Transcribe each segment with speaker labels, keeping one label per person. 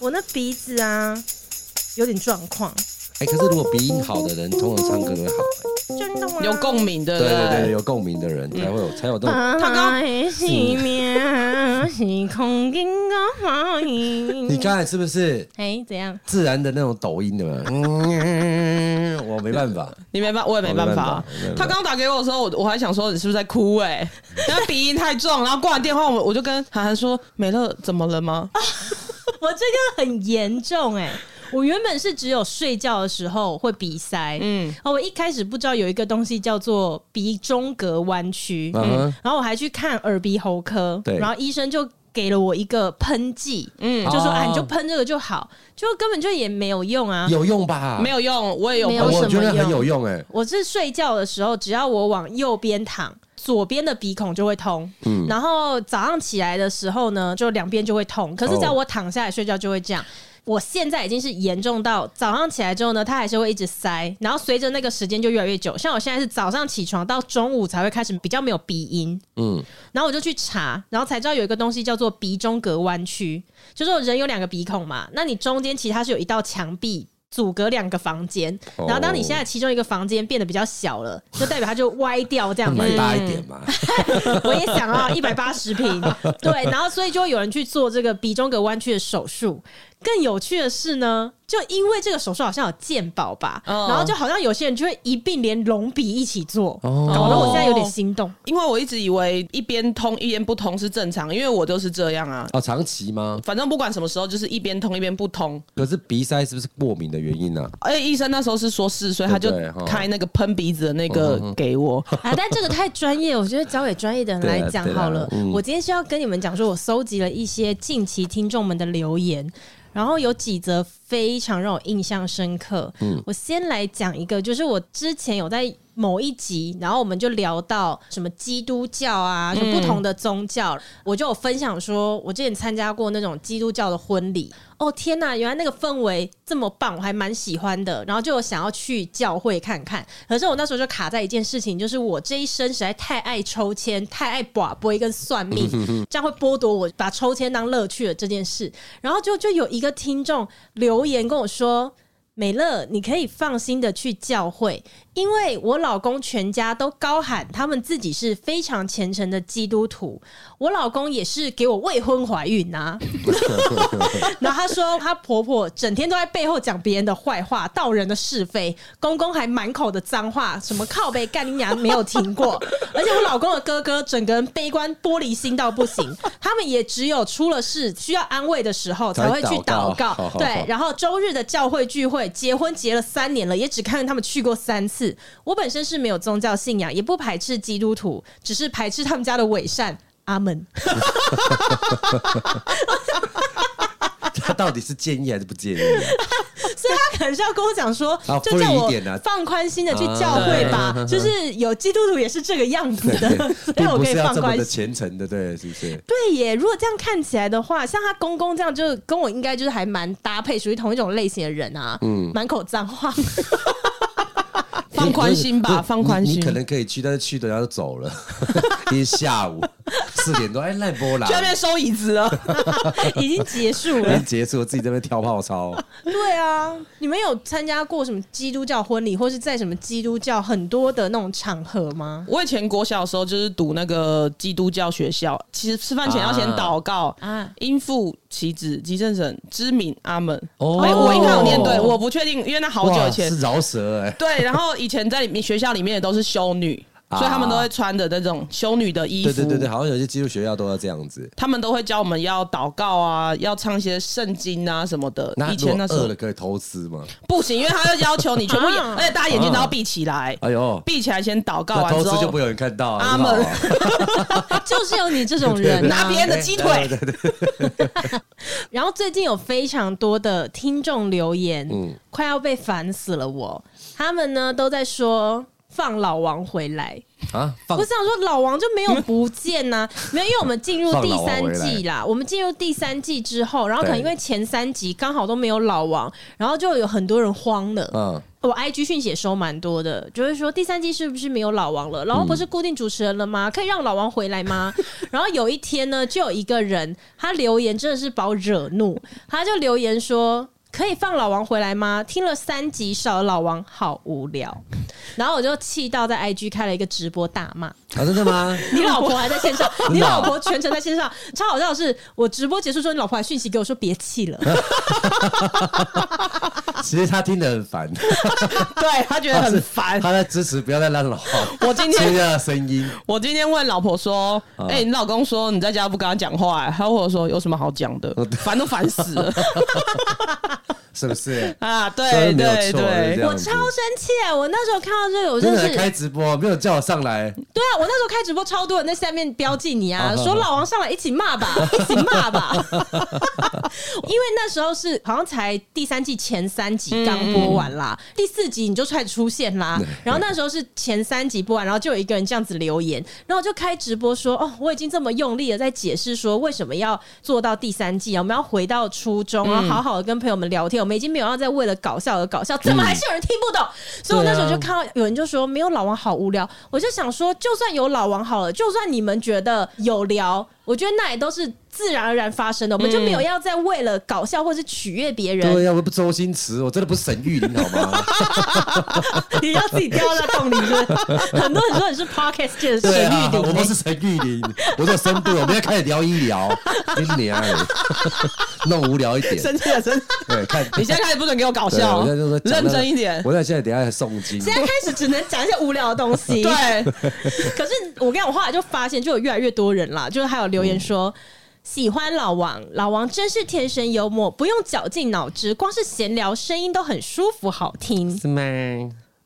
Speaker 1: 我那鼻子啊有点状况，
Speaker 2: 哎、可是如果鼻音好的人，通常唱歌都会好、
Speaker 1: 真的吗？
Speaker 3: 有共鸣的，
Speaker 2: 哎对
Speaker 3: 不
Speaker 2: 对对，有共鸣的人才会有，才有这种。
Speaker 1: 他
Speaker 3: 刚
Speaker 4: 哎
Speaker 1: 是面是空境的花
Speaker 4: 嗯
Speaker 1: 影
Speaker 2: 你刚才是不是
Speaker 1: 哎，怎样？
Speaker 2: 自然的那种抖音的嘛？嗯，我没办法，
Speaker 3: 你没办，我也没办法
Speaker 2: 我哦没办法我没办法。
Speaker 3: 他刚打给我的时候，我我还想说你是不是在哭哎、 欸，然后鼻音太重，然后挂完电话，我我就跟涵涵说：“美乐怎么了吗？”
Speaker 4: 我这个很严重哎、我原本是只有睡觉的时候会鼻 塞，嗯，然后我一开始不知道有一个东西叫做鼻中隔弯曲，
Speaker 2: 嗯哼
Speaker 4: 然后我还去看耳鼻喉科，
Speaker 2: 对
Speaker 4: 然后医生就。给了我一个喷剂，嗯，就说
Speaker 2: 哦
Speaker 4: 啊，你就喷这个就好，就根本就也没有用啊。
Speaker 2: 有用吧？
Speaker 3: 没有用，我也有
Speaker 4: 没
Speaker 2: 啊，
Speaker 4: 有什
Speaker 2: 我
Speaker 4: 么
Speaker 2: 觉得很
Speaker 4: 用
Speaker 2: 有用哎、
Speaker 4: 我是睡觉的时候，只要我往右边躺，左边的鼻孔就会通。然后早上起来的时候呢，就两边就会痛。可是只要我躺下来睡觉，就会这样。我现在已经是严重到早上起来之后呢，它还是会一直塞，然后随着那个时间就越来越久。像我现在是早上起床到中午才会开始比较没有鼻音，
Speaker 2: 嗯，
Speaker 4: 然后我就去查，然后才知道有一个东西叫做鼻中隔弯曲，就是我人有两个鼻孔嘛，那你中间其实它是有一道墙壁。阻隔两个房间，
Speaker 2: 哦
Speaker 4: 然后当你现在其中一个房间变得比较小 了，就代表它就歪掉这样子。
Speaker 2: 买大一点嘛。
Speaker 4: 我也想 要一百八十平，对，然后所以就会有人去做这个鼻中隔弯曲的手术。更有趣的是呢，就因为这个手术好像有健保吧，
Speaker 3: 哦
Speaker 4: 然后就好像有些人就会一并连隆鼻一起做，
Speaker 2: 哦
Speaker 4: 搞得我现在有点心动。
Speaker 3: 因为我一直以为一边通一边不通是正常，因为我就是这样啊。
Speaker 2: 哦，长期吗？
Speaker 3: 反正不管什么时候，就是一边通一边不通。
Speaker 2: 可是鼻塞是不是过敏的原因呢、 啊？
Speaker 3: 而且医生那时候是说是，所以他就
Speaker 2: 对哦嗯对哈
Speaker 3: 开那个喷鼻子的那个 给我。
Speaker 4: 啊，但这个太专业，我觉得交给专业的人
Speaker 2: 对啊
Speaker 4: 来讲
Speaker 2: 对啊
Speaker 4: 好了。
Speaker 2: 嗯
Speaker 4: 我今天是要跟你们讲说，我搜集了一些近期听众们的留言，然后有几则非常让我印象深刻。
Speaker 2: 嗯
Speaker 4: 我先来讲一个，就是我之前有在。某一集，然后我们就聊到什么基督教啊，就不同的宗教，我就有分享说，我之前参加过那种基督教的婚礼，哦天呐，原来那个氛围这么棒，我还蛮喜欢的。然后就有想要去教会看看，可是我那时候就卡在一件事情，就是我这一生实在太爱抽签，太爱卜卜跟算命，这样会剥夺我把抽签当乐趣的这件事。然后就就有一个听众留言跟我说。美乐，你可以放心的去教会，因为我老公全家都高喊他们自己是非常虔诚的基督徒，我老公也是给我未婚怀孕啊， 然后她说，她婆婆整天都在背后讲别人的坏话，道人的是非；公公还满口的脏话，什么靠背干你娘没有听过。 而且我老公的哥哥整个人悲观玻璃心到不行，他们也只有出了事需要安慰的时候才会去祷
Speaker 2: 才祷
Speaker 4: 告
Speaker 2: 告。
Speaker 4: 对，然后周日的教会聚会，结婚结了三年了，也只看他们去过三次。我本身是没有宗教信仰，也不排斥基督徒，只是排斥他们家的伪善。阿门。
Speaker 2: 他到底是建议还是不建议、啊？
Speaker 4: 所以他可能是要跟我讲说
Speaker 2: 啊，
Speaker 4: 就叫
Speaker 2: 不
Speaker 4: 我
Speaker 2: 一点啊啊
Speaker 4: 放宽心的去教会吧，就是有基督徒也是这个样子 的，所以
Speaker 2: 并
Speaker 4: 啊我
Speaker 2: 不
Speaker 4: 可以
Speaker 2: 是要
Speaker 4: 放
Speaker 2: 这么
Speaker 4: 宽
Speaker 2: 的
Speaker 4: 心。
Speaker 2: 虔诚的，对，是不是？
Speaker 4: 对耶，如果这样看起来的话，像他公公这样，就跟我应该就是还蛮搭配，属于同一种类型的人啊，
Speaker 2: 嗯
Speaker 4: 满口脏话。
Speaker 3: 放宽心吧
Speaker 2: 不是
Speaker 3: 放宽心
Speaker 2: 你你可能可以去，但是去的人家都走了， 一下午四点多，哎，赖波啦
Speaker 3: 去，那边收椅子了，
Speaker 4: 已经结束
Speaker 2: 已
Speaker 4: 了
Speaker 2: 经。结束，自己在那边跳泡操。
Speaker 4: 对啊，你们有参加过什么基督教婚礼，或是在什么基督教很多的那种场合 吗？
Speaker 3: 我以前国小的时候就是读那个基督教学校，其实吃饭前要先祷告
Speaker 4: 啊
Speaker 3: 啊，应父其子急正神知敏阿门。
Speaker 2: 哦
Speaker 3: 哦，我应该有念对，我不确定，因为那好久
Speaker 2: 哇
Speaker 3: 以前
Speaker 2: 是。饶舌哎，
Speaker 3: 对，然后以前在里面学校里面也都是修女，
Speaker 2: 啊
Speaker 3: 所以他们都会穿的那种修女的衣服。
Speaker 2: 对对对对，好像有些基督学校都要这样子。
Speaker 3: 他们都会教我们要祷告啊，要唱一些圣经啊什么的。
Speaker 2: 那如
Speaker 3: 以
Speaker 2: 果
Speaker 3: 前那时
Speaker 2: 饿
Speaker 3: 候
Speaker 2: 了可以偷吃吗？
Speaker 3: 不行，因为他要要求你全 部眼，
Speaker 4: 啊
Speaker 3: 而且大家眼睛都要闭起来，
Speaker 2: 哎呦，
Speaker 3: 闭起来先祷告
Speaker 2: 那
Speaker 3: 完
Speaker 2: 偷
Speaker 3: 之
Speaker 2: 吃就不
Speaker 3: 后啊
Speaker 2: 会，有人看到，
Speaker 3: 阿
Speaker 2: 是吧
Speaker 3: 门
Speaker 4: 就是有你这种人、啊，
Speaker 3: 拿别人的鸡
Speaker 2: 哎
Speaker 3: 腿。
Speaker 4: 然后最近有非常多的听众留言，
Speaker 2: 嗯
Speaker 4: 快要被烦死了我。他们呢都在说放老王回来，
Speaker 2: 啊，放
Speaker 4: 我想说老王就没有不见 呐、没有，因为我们进入第三季
Speaker 2: 放
Speaker 4: 啦，我们进入第三季之后，然后可能
Speaker 2: 对
Speaker 4: 因为前三集刚好都没有老王，然后就有很多人慌了。
Speaker 2: 嗯，
Speaker 4: 我 IG 讯息也收蛮多的，就是说第三季是不是没有老王了？老王不是固定主持人了吗？可以让老王回来吗？ 然后有一天呢，就有一个人他留言真的是把我惹怒，他就留言说。可以放老王回来吗？听了三集少了老王，好无聊。 然后我就气到在 IG 开了一个直播大 骂，
Speaker 2: 啊，真的 吗？
Speaker 4: 你老婆还在线 上，你
Speaker 2: 真的
Speaker 4: 老
Speaker 2: 啊
Speaker 4: 婆全程在线上，超好笑的是，我直播结束之后，你老婆还讯息给我说别气 了，
Speaker 2: 其实他听得很烦，
Speaker 3: 对他觉得很烦。
Speaker 2: 啊 他在支持，不要再让老
Speaker 3: 我今天
Speaker 2: 听的声音，
Speaker 3: 我今天问老婆说：“
Speaker 2: 啊
Speaker 3: 哎、你老公说你在家不跟他讲话、哎他我说有什么好讲
Speaker 2: 哦
Speaker 3: 的？烦都烦 死了
Speaker 2: 是不是？
Speaker 3: 啊！”对
Speaker 2: 真的没有
Speaker 3: 对
Speaker 2: 错是这
Speaker 3: 对
Speaker 2: 样，
Speaker 4: 我超生气、啊我那时候看到这个，我
Speaker 2: 真
Speaker 4: 真
Speaker 2: 的
Speaker 4: 的
Speaker 2: 还
Speaker 4: 是
Speaker 2: 开直播，没有叫我上来，
Speaker 4: 对啊，我那时候开直播，超多人在下面标记你啊，
Speaker 2: 啊
Speaker 4: 说老王上来一起骂吧，一起骂吧。 因为那时候是好像才第三季前三集刚播完啦，第四集你就快出现啦。然后那时候是前三集播完，然后就有一个人这样子留言，然后我就开直播说：“哦，我已经这么用力的在解释说为什么要做到第三季啊，我们要回到初衷，然后好好的跟朋友们聊天，我们已经没有要再为了搞笑而搞笑，怎么还是有人听不懂？”所以我那时候就看到有人就说没有老王好无聊，我就想说，就算有老王好了，就算你们觉得有聊，我觉得那也都是自然而然发生的，我们就没有要再为了搞笑或是取悦别人，
Speaker 2: 对啊呀，我不周星驰，我真的不是沈玉琳好 吗？
Speaker 4: 你要自己掉到那洞里是不是很多人说你是 podcast 界的沈
Speaker 2: 对啊，
Speaker 4: 玉
Speaker 2: 我
Speaker 4: 玲、
Speaker 2: 不是沈玉琳，我说深度，我们要开始聊医疗，你娘的， 弄无聊一点，
Speaker 3: 生气了，生气！
Speaker 2: 对，看。
Speaker 3: 你现在开始不准给我搞
Speaker 2: 对啊
Speaker 3: 笑
Speaker 2: 我现在就说，讲
Speaker 3: 认
Speaker 2: 到
Speaker 3: 真一点。啊
Speaker 2: 我在现在等一下诵经，
Speaker 4: 现在开始只能讲一些无聊的东 西。
Speaker 3: 对，
Speaker 4: 可是我跟你讲，我后来就发现，就有越来越多人啦，就是还有留言说。
Speaker 2: 嗯
Speaker 4: 喜欢老王，老王真是天生幽默，不用绞尽脑汁，光是闲聊声音都很舒服好听，
Speaker 2: 是吗？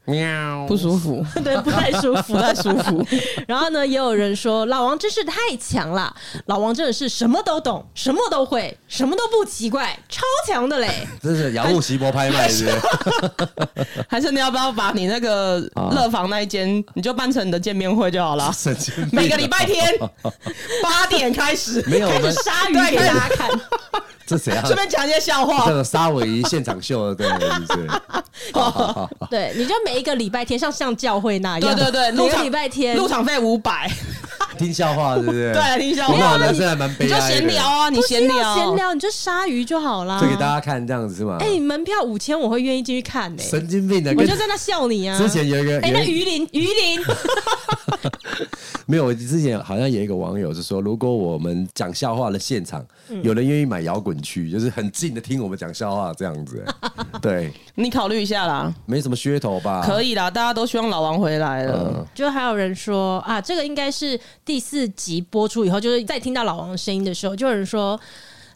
Speaker 2: 喵，
Speaker 3: 不舒 服。
Speaker 4: 对，不太舒服，不太舒服。 然后呢，也有人说老王真是太强了，老王真的是什么都懂，什么都会，什么都不奇怪，超强的嘞。
Speaker 2: 这是雅虎奇摩拍卖是不是？。
Speaker 3: 哎还是你要不要把你那个乐房那一间，你就办成你的见面会就好了
Speaker 2: 神经病！啊
Speaker 3: 每个礼拜 天八点开始，
Speaker 2: 没有我
Speaker 4: 开始
Speaker 2: 们
Speaker 4: 鲨鱼
Speaker 3: 对
Speaker 4: 给
Speaker 3: 开始
Speaker 4: 大家看，
Speaker 2: 这怎样？
Speaker 3: 顺便讲一些笑
Speaker 2: 这
Speaker 3: 话。
Speaker 2: 个沙尾鱼现场秀的，对对对，
Speaker 4: 对，你就每一个礼拜天像像教会那
Speaker 3: 对
Speaker 4: 样，
Speaker 3: 对对，
Speaker 4: 每
Speaker 3: 入
Speaker 4: 个
Speaker 3: 场
Speaker 4: 礼拜天
Speaker 3: 入场费五百，
Speaker 2: 听笑话，对不对？
Speaker 3: 对，啊听笑
Speaker 2: 我们
Speaker 3: 话
Speaker 2: 老。男生还蛮
Speaker 3: 你
Speaker 2: 悲
Speaker 3: 就
Speaker 2: 哀的。
Speaker 3: 闲聊啊，你
Speaker 4: 不需
Speaker 3: 闲
Speaker 4: 要
Speaker 3: 聊，
Speaker 4: 闲聊，你就鲨鱼就好啦。
Speaker 2: 就给大家看这样子是吗？
Speaker 4: 哎、门票五千，我会愿意进去看呢、
Speaker 2: 神经病的，
Speaker 4: 我
Speaker 2: 跟
Speaker 4: 就在那笑你啊。
Speaker 2: 之前有一个，
Speaker 4: 哎、
Speaker 2: 有
Speaker 4: 那
Speaker 2: 一个
Speaker 4: 鱼鳞，鱼鳞，
Speaker 2: 没有，我之前好像有一个网友是说，如果我们讲笑话的现场，
Speaker 3: 嗯
Speaker 2: 有人愿意买摇滚区，就是很近的听我们讲笑话这样 子，哎对，
Speaker 3: 你考虑一下啦。
Speaker 2: 没什么噱头吧？
Speaker 3: 可以啦，大家都希望老王回来
Speaker 2: 嗯
Speaker 3: 了。
Speaker 4: 就还有人说啊，这个应该是第四集播出以后，就是在听到老王的声音的时候，就有人说。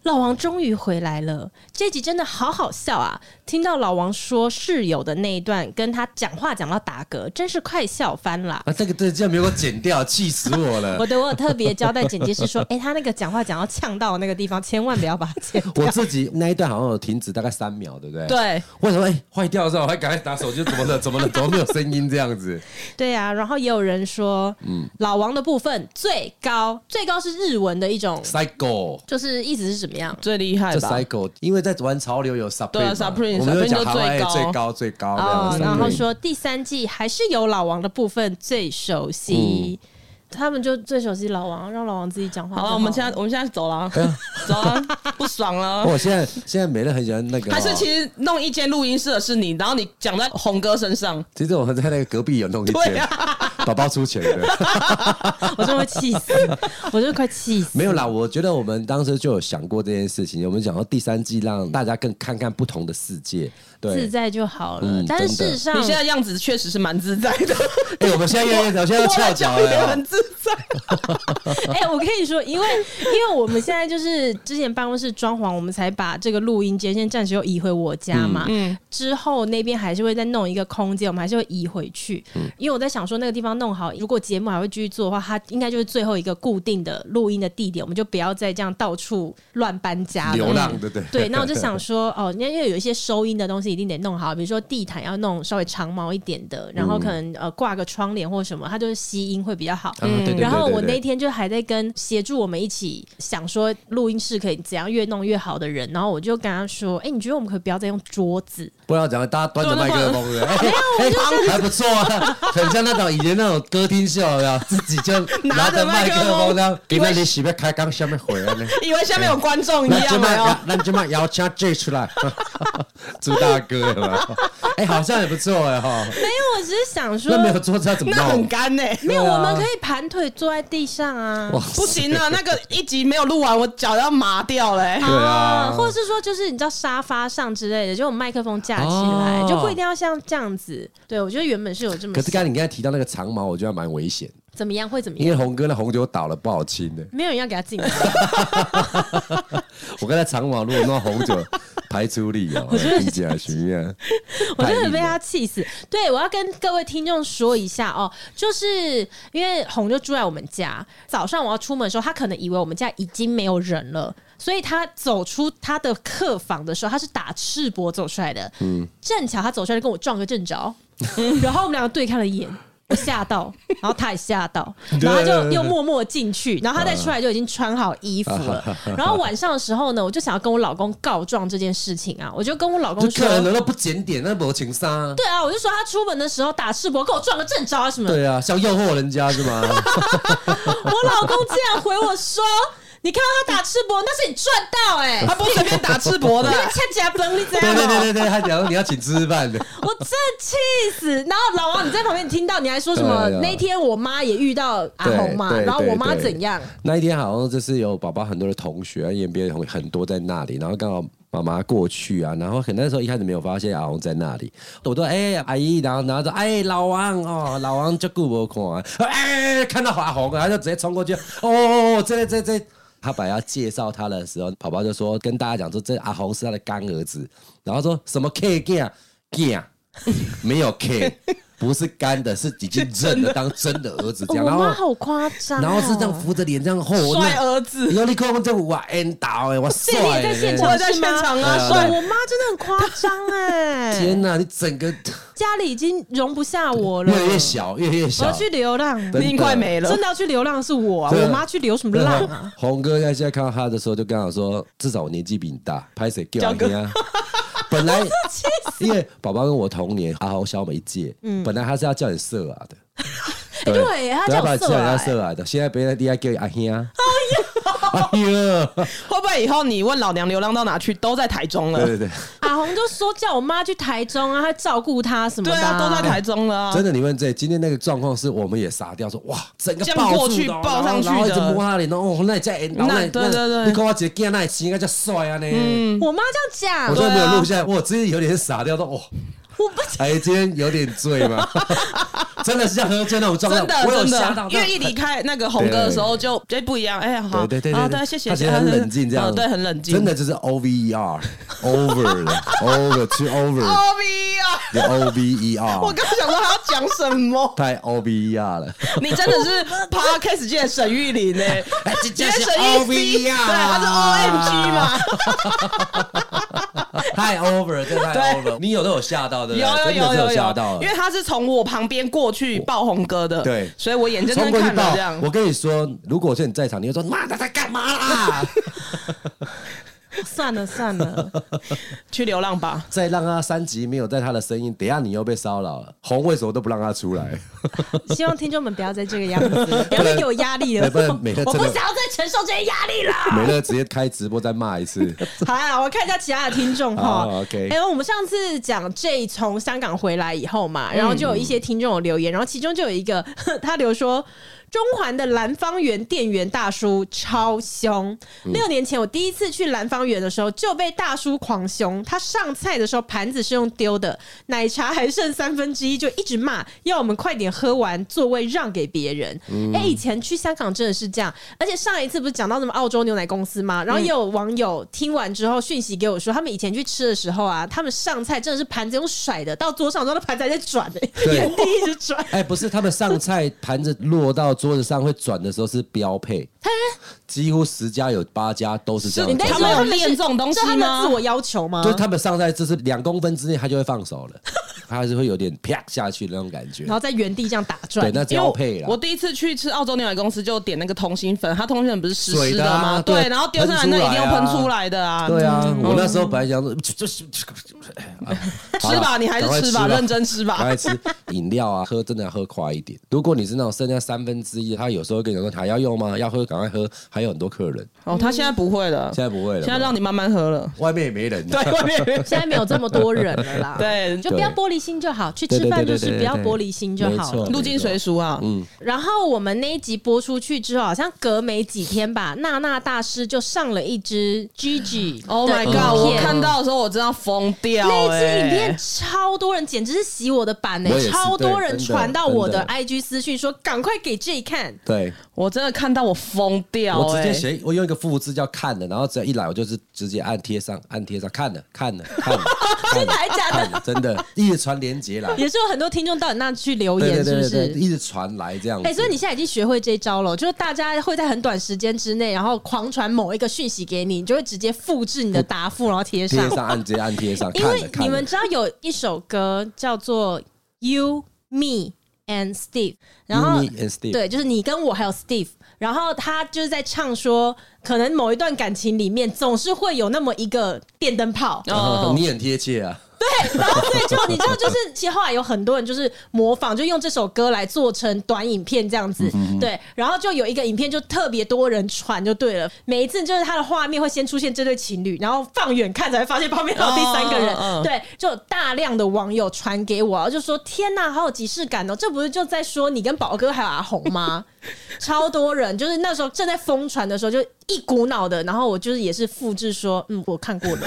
Speaker 4: 老王终于回来了，这集真的好好笑啊！听到老王说室友的那一段，跟他讲话讲到打嗝，真是快笑翻了。
Speaker 2: 啊，这个这这没有剪掉，气死我 了
Speaker 4: 我！对我有特别交代剪辑师说，哎、他那个讲话讲到呛到的那个地方，千万不要把它剪掉
Speaker 2: 我。自己那一段好像有停止大概三秒，对不 对？。
Speaker 3: 对，
Speaker 2: 为什么？哎，坏掉之后我还赶快打手机，怎么 了？怎么了？怎么没有声音这样子？
Speaker 4: 对啊，然后也有人说，老王的部分最高，最高是日文的一种，
Speaker 2: 嗯 cycle。
Speaker 4: 就是意思是怎么样？
Speaker 3: 最厉害
Speaker 2: 这
Speaker 3: 吧？
Speaker 2: cycle，因为在玩潮流有 supreme，
Speaker 3: 对啊
Speaker 2: 嘛
Speaker 3: Supreme，
Speaker 2: 我们
Speaker 3: Supreme
Speaker 2: 就讲
Speaker 3: 就
Speaker 2: 台湾
Speaker 3: 最高
Speaker 2: 最高最高
Speaker 4: 哦，
Speaker 2: 这
Speaker 4: 然
Speaker 2: 样
Speaker 4: 后
Speaker 2: Supreme
Speaker 4: 说第三季还是有老王的部分最熟悉，
Speaker 2: 嗯
Speaker 4: 他们就最熟悉老王，让老王自己讲话就
Speaker 3: 好
Speaker 4: 好。
Speaker 3: 了，我们现在我们现在走了，啊
Speaker 2: 哎
Speaker 3: 走了，啊不爽了。
Speaker 2: 哦我现在现在美乐很喜欢那个哦，
Speaker 3: 还是其实弄一间录音室的是你，然后你讲在红哥身上，
Speaker 2: 其实我们在那个隔壁有弄一
Speaker 3: 对
Speaker 2: 间， 宝宝出钱 的，
Speaker 4: 我真的会气死，我真的快气死。
Speaker 2: 没有啦。我觉得我们当时就有想过这件事情，我们想到第三季让大家更看看不同的世界。
Speaker 4: 自
Speaker 2: 对，
Speaker 4: 在就好了，
Speaker 2: 嗯
Speaker 4: 但是
Speaker 2: 真
Speaker 4: 事
Speaker 2: 的
Speaker 4: 实上
Speaker 3: 你，现在样子确实是蛮自在 的。
Speaker 2: 哎，我们现在越来越，我 现在要
Speaker 3: 我
Speaker 2: 翘
Speaker 3: 的
Speaker 2: 脚
Speaker 3: 脚也
Speaker 2: 了
Speaker 3: 很。自在。
Speaker 4: 哎、我跟你说，因为因为我们现在就是之前办公室装潢，我们才把这个录音间先暂时又移回我
Speaker 2: 嗯
Speaker 4: 家
Speaker 2: 嗯
Speaker 4: 嘛。之后那边还是会再弄一个空间，我们还是会移回去。因为我在想说，那个地方要弄好。如果节目还会继续做的话，它应该就是最后一个固定的录音的地点，我们就不要再这样到处乱搬家了。
Speaker 2: 流浪对不对？
Speaker 4: 对，那我就想说，哦，因为因为有一些收音的东西一定得弄好，比如说地毯要弄稍微长毛一点的，然
Speaker 2: 嗯
Speaker 4: 后可能、呃挂个窗帘或什么，它就是吸音会比较好。
Speaker 2: 啊对对对
Speaker 4: 然后我
Speaker 2: 对对
Speaker 4: 那天就还在跟协助我们一起想说录音室可以怎样越弄越好的人，然后我就跟他说：“哎、你觉得我们可不可以不要再用桌子？
Speaker 2: 不知道怎样，大家端着麦克风的，哎哎，还不错啊，很像那种以前那种歌厅秀啊，自己就拿着麦克风这样，给那里洗不开刚下面回来 呢。
Speaker 3: 以为下面有观众 一
Speaker 2: 那
Speaker 3: 样啊
Speaker 2: 这
Speaker 3: 没有
Speaker 2: 么？，那这么摇枪追出来， 朱大哥有没有？哎，好像也不错哎哈。
Speaker 4: 没有，我只是想说
Speaker 2: 那，没有桌子要怎么
Speaker 3: 啊那很
Speaker 2: 弄？
Speaker 3: 干呢、欸
Speaker 4: 没有，
Speaker 2: 对啊
Speaker 4: 我们可以盘腿坐在地上啊。”
Speaker 2: 哇
Speaker 3: 不行啊，那个一集没有录完，我脚要麻掉欸 嘞、
Speaker 2: 对啊
Speaker 4: 或者是说就是你知道沙发上之类的，就有麦克风架起来，
Speaker 2: 哦
Speaker 4: 就不一定要像这样子。对我觉得原本是有这么
Speaker 2: 可是
Speaker 4: 想
Speaker 2: 刚才你刚才提到那个长毛，我觉得蛮危险，
Speaker 4: 怎么样会怎么
Speaker 2: 因为
Speaker 4: 样，
Speaker 2: 红哥那红酒倒了不好清的。
Speaker 4: 没有人要给他进来。
Speaker 2: 我刚才长毛如果弄红酒排出力 哦，理解巡验，
Speaker 4: 我真的被
Speaker 2: 排
Speaker 4: 他气死。对，我要跟各位听众说一下哦，就是因为红就住在我们家，早上我要出门的时候，他可能以为我们家已经没有人了，所以他走出他的客房的时候，他是打赤膊走出来的。嗯，正巧他走出来就跟我撞个正着，
Speaker 2: 嗯
Speaker 4: 然后我们两个对看了 一眼。我吓到，然后他也吓到，然后他就又默默进去，然后
Speaker 2: 啊
Speaker 4: 他再出来就已经穿好衣服了。 然后晚上的时候呢，我就想要跟我老公告状这件事情啊，我就跟我老公
Speaker 2: 力。
Speaker 4: 说，
Speaker 2: 这客人难道不检点？那不情商啊？
Speaker 4: 对啊，我就说他出门的时候打赤膊，跟我撞个正着啊什么的。
Speaker 2: 对啊，想诱惑人家是 吗？
Speaker 4: 我老公竟然回我说：“你看到他打赤膊，那是你赚到 哎、欸，
Speaker 3: 他不随便打赤膊的啊
Speaker 4: 那，个恰恰崩你怎
Speaker 2: 对
Speaker 4: 样
Speaker 2: 对对
Speaker 4: 哦
Speaker 2: 对对，他讲说你要请吃饭的，？”
Speaker 4: 我真的气死。然后老王你在旁边，你听到你还说什么？
Speaker 2: 对啊
Speaker 4: 那天我妈也遇到阿红啊嘛，
Speaker 2: 对对
Speaker 4: 然后我妈
Speaker 2: 对
Speaker 4: 怎样？
Speaker 2: 那一天好像就是有宝宝很多的同学，因为别的同很多在那里，然后刚好。妈妈过去啊，然后可能那时候一开始没有发现阿红在那里，我都哎、阿姨，然后然后说哎、老王哦老王就顾不看啊，哎、看到阿红，然后就直接冲过去，哦这这这，他本来要介绍他的时候，宝宝就说跟大家讲说这阿红是他的干儿子，然后说什么 K G G 没有 K，不是干的，是已经认了当真的儿子这样，
Speaker 4: 哦我
Speaker 2: 然后
Speaker 4: 妈好夸张、啊
Speaker 2: 然后是这样。扶着脸这样吼，我
Speaker 3: 摔
Speaker 2: 那
Speaker 3: 儿子。
Speaker 2: 然后你看我这哇 N 倒哎，哇
Speaker 4: 这
Speaker 2: 帅
Speaker 4: 你也
Speaker 2: 欸！
Speaker 4: 在现
Speaker 3: 我
Speaker 4: 场
Speaker 3: 也在
Speaker 4: 是吗
Speaker 3: 现场啊
Speaker 4: 哇
Speaker 3: 帅
Speaker 4: 我妈真的很夸张哎
Speaker 2: 天，哪，你整个
Speaker 4: 家里已经容不下我了，
Speaker 2: 越来越小，越来越
Speaker 4: 我
Speaker 2: 小
Speaker 4: 要。去流浪，
Speaker 2: 真的
Speaker 3: 命快没了
Speaker 4: 真的要去流浪是我啊，
Speaker 2: 对啊
Speaker 4: 我妈去流什么浪啊？
Speaker 2: 红哥在现在看到他的时候，就跟我说：“至少我年纪比你大，拍谁叫
Speaker 3: 叫哥
Speaker 2: 你啊？” 本 来因为宝宝跟我同年，阿豪小美一届，本来他是要叫你色啊的，
Speaker 4: 欸嗯对，他
Speaker 2: 本来
Speaker 4: 叫我
Speaker 2: 把你
Speaker 4: 色
Speaker 2: 叫人家
Speaker 4: 啊、
Speaker 2: 色啊的，现在别人底下叫你阿兄， 哎呀，哎呀，
Speaker 3: 会不会以后你问老娘流浪到哪去，都在台中
Speaker 2: 对
Speaker 3: 了？
Speaker 2: 对对。
Speaker 4: 阿红就说啊叫我妈去台中啊，她照顾她什么
Speaker 3: 对
Speaker 4: 的、
Speaker 3: 啊，都在台。中了
Speaker 2: 哎真
Speaker 3: 啊。
Speaker 2: 的，你问这今天那个状况是我们也傻掉，说哇，整个
Speaker 3: 这样
Speaker 2: 抱
Speaker 3: 过
Speaker 2: 住
Speaker 3: 去
Speaker 2: 的哦
Speaker 3: 抱上去
Speaker 2: 然后然后一直
Speaker 3: 的
Speaker 2: 摸他脸，然后哦，那你在演，然后
Speaker 3: 那
Speaker 2: 那
Speaker 3: 对
Speaker 2: 那
Speaker 3: 对嗯对
Speaker 2: 你看我姐见那你应该叫帅啊呢。
Speaker 4: 我妈这样
Speaker 2: 我
Speaker 4: 讲，
Speaker 2: 真的没
Speaker 3: 对啊
Speaker 2: 有录下来，我真的有点傻掉，说哦，
Speaker 4: 我不
Speaker 2: 哎，今天有点醉 嘛，真的是像喝醉那种状态，
Speaker 3: 真的
Speaker 2: 我有
Speaker 3: 真
Speaker 2: 吓到
Speaker 3: 的，，因为一离开那个红哥的时候就就不一样，哎，好，
Speaker 2: 对对对
Speaker 3: 好
Speaker 2: 对
Speaker 3: 对，谢谢，
Speaker 2: 他其
Speaker 3: 谢
Speaker 2: 实
Speaker 3: 谢
Speaker 2: 很冷静这样，
Speaker 3: 嗯对，很冷静，
Speaker 2: 真的就是 O V E R over 了 over to over
Speaker 3: 好逼啊！
Speaker 2: the O V E
Speaker 3: 我
Speaker 2: R，
Speaker 3: 刚想说他要讲什 么
Speaker 2: 太 O V E R 了，
Speaker 3: 你真的是 podcast 界的沈玉琳呢、 欸，
Speaker 2: 哎，这
Speaker 3: 今
Speaker 2: 这
Speaker 3: 天
Speaker 2: 是
Speaker 3: 沈
Speaker 2: O
Speaker 3: 玉
Speaker 2: V E
Speaker 3: C，
Speaker 2: R，
Speaker 3: 对，他是 OMG 嘛，
Speaker 2: 太 over 了，真的太 over 了。你有都有吓到的，
Speaker 3: 有有
Speaker 2: 真的
Speaker 3: 有
Speaker 2: 是
Speaker 3: 有
Speaker 2: 吓到
Speaker 3: 有，
Speaker 2: 了
Speaker 3: 因。为他是从我旁边过去抱红哥的，
Speaker 2: 对
Speaker 3: 所以我眼睁
Speaker 2: 冲
Speaker 3: 睁
Speaker 2: 过去
Speaker 3: 看
Speaker 2: 抱
Speaker 3: 了这样，。
Speaker 2: 我跟你说，如果我是你在场，你会说妈的在干嘛 啦？
Speaker 4: 算了算了，
Speaker 3: 去流浪吧，
Speaker 2: 再让他三级没有在他的声音，等一下你又被骚扰了。红为什么都不让他出来？
Speaker 4: 希望听众们不要再这个 样子了，不要再给我压力了，
Speaker 2: 不然每个
Speaker 4: 我
Speaker 2: 真
Speaker 4: 不
Speaker 2: 的
Speaker 4: 想要再承受这些压力了。
Speaker 2: 美乐直接开直播再骂一 次。
Speaker 4: 好啦，我看一下其他的听众哈。
Speaker 2: 好，OK
Speaker 4: 哎、我们上次讲 J 从香港回来以后嘛，然后就有一些听众有留言，然后其中就有一个 他留说。中环的兰芳园店员大叔超凶。六年前我第一次去兰芳园的时候就被大叔狂凶，他上菜的时候盘子是用丢的，奶茶还剩三分之一就一直骂，要我们快点喝完，座位让给别人。哎、
Speaker 2: 嗯
Speaker 4: 以前去香港真的是这样，而且上一次不是讲到什么澳洲牛奶公司
Speaker 2: 嗯
Speaker 4: 吗？然后也有网友听完之后讯息给我说，他们以前去吃的时候啊，他们上菜真的是盘子用甩的，到桌上之后那盘子还在转的、
Speaker 2: 对
Speaker 4: 原地一直转。
Speaker 2: 哎、不是，他们上菜盘子落到桌子上会转的时候是标配，几乎十家有八家都是这样
Speaker 3: 是
Speaker 2: 的
Speaker 3: 你在
Speaker 2: 状
Speaker 3: 他
Speaker 2: 况。
Speaker 3: 们有练这种东西吗
Speaker 4: 是他们自我要求吗？
Speaker 2: 就是他们上菜就是两公分之内，他就会放手了，他还是会有点啪下去的那种感觉
Speaker 4: 然。后在原地这样打转
Speaker 2: 对，。那
Speaker 3: 因为
Speaker 2: 交配了
Speaker 3: 我。第一次去吃澳洲牛奶公司，就点那个通心粉，它通心粉不是湿
Speaker 2: 水
Speaker 3: 湿
Speaker 2: 的
Speaker 3: 的
Speaker 2: 啊
Speaker 3: 吗？
Speaker 2: 对
Speaker 3: 对，然后丢上来
Speaker 2: 喷出
Speaker 3: 那
Speaker 2: 来啊
Speaker 3: 一定要喷出来的啊。
Speaker 2: 对啊，我那时候本来想说， 就是哎
Speaker 3: 吃吧，你还是吃吧，认。真吃
Speaker 2: 好了
Speaker 3: 吧。
Speaker 2: 赶快吃赶快吃饮料啊，喝 真的要喝快一点。如果你是那种剩下三分之一，他有时候会跟你说还要用吗？要喝赶快喝，还有很多客人，
Speaker 3: 哦，他现在不会了，
Speaker 2: 现在不会了嘛。
Speaker 3: 现在让你慢慢喝了。
Speaker 2: 外面也没人，
Speaker 3: 对， 外面，
Speaker 4: 现在没有这么多人了啦
Speaker 3: 对
Speaker 4: 你就不要玻璃心就好，去吃饭就是不要玻璃心就好
Speaker 2: 没
Speaker 4: 了
Speaker 2: 错。
Speaker 3: 入境随俗啊。
Speaker 2: 嗯
Speaker 4: 然后我们那一集播出去之后，好像隔没几天吧，娜娜大师就上了一支 Gigi 的
Speaker 3: Oh my
Speaker 4: 影
Speaker 3: god！我
Speaker 4: 片
Speaker 3: 看到的时候我真的要疯掉
Speaker 4: 那一支
Speaker 3: 欸
Speaker 4: 影片超多人，简直是洗我的版呢、
Speaker 2: 我也是
Speaker 4: 超多人
Speaker 2: 对真的
Speaker 4: 传到我的
Speaker 2: 真的
Speaker 4: IG 私讯说，赶快给 J 看。
Speaker 2: 对
Speaker 3: 我真的看到我疯掉
Speaker 2: 我直接！
Speaker 3: 哎
Speaker 2: 写，我用一个复制叫看的，然后只要一来我就是直接按贴上，按贴上看了看了看了，真
Speaker 4: 的还假的
Speaker 2: 的？真的，一直传连接来，
Speaker 4: 也是有很多听众到你那去留
Speaker 2: 对
Speaker 4: 言，
Speaker 2: 对
Speaker 4: 是
Speaker 2: 对
Speaker 4: 不
Speaker 2: 对
Speaker 4: 是？
Speaker 2: 对，一直传来这样子。
Speaker 4: 哎、所以你现在已经学会这一招了，就是大家会在很短时间之内，然后狂传某一个讯息给你，你就会直接复制你的答复，然后贴
Speaker 2: 贴
Speaker 4: 上。
Speaker 2: 上按接按贴上，
Speaker 4: 因
Speaker 2: 看了
Speaker 4: 为
Speaker 2: 看
Speaker 4: 你
Speaker 2: 了
Speaker 4: 们知道有一首歌叫做《You Me and Steve》，然后
Speaker 2: You, me and Steve
Speaker 4: 对，就是你跟我还有 Steve，然后他就是在唱说，可能某一段感情里面总是会有那么一个电灯泡，
Speaker 2: 啊
Speaker 3: 哦，
Speaker 2: 你很贴切啊，
Speaker 4: 然后所以就你知道，就是其实后来有很多人就是模仿，就用这首歌来做成短影片这样
Speaker 3: 嗯
Speaker 4: 子，对。然后就有一个影片就特别多人传，就对了。每一次就是它的画面会先出现这对情侣，然后放远看才会发现旁边还有第三个人，
Speaker 3: 哦哦哦
Speaker 4: 对，就有大量的网友传给我，然后就说天呐，好有即视感哦！这不是就在说你跟宝哥还有阿红吗？ 超多人，就是那时候正在疯传的时候，就一股脑的，然后我就是也是复制说，嗯，我看过了，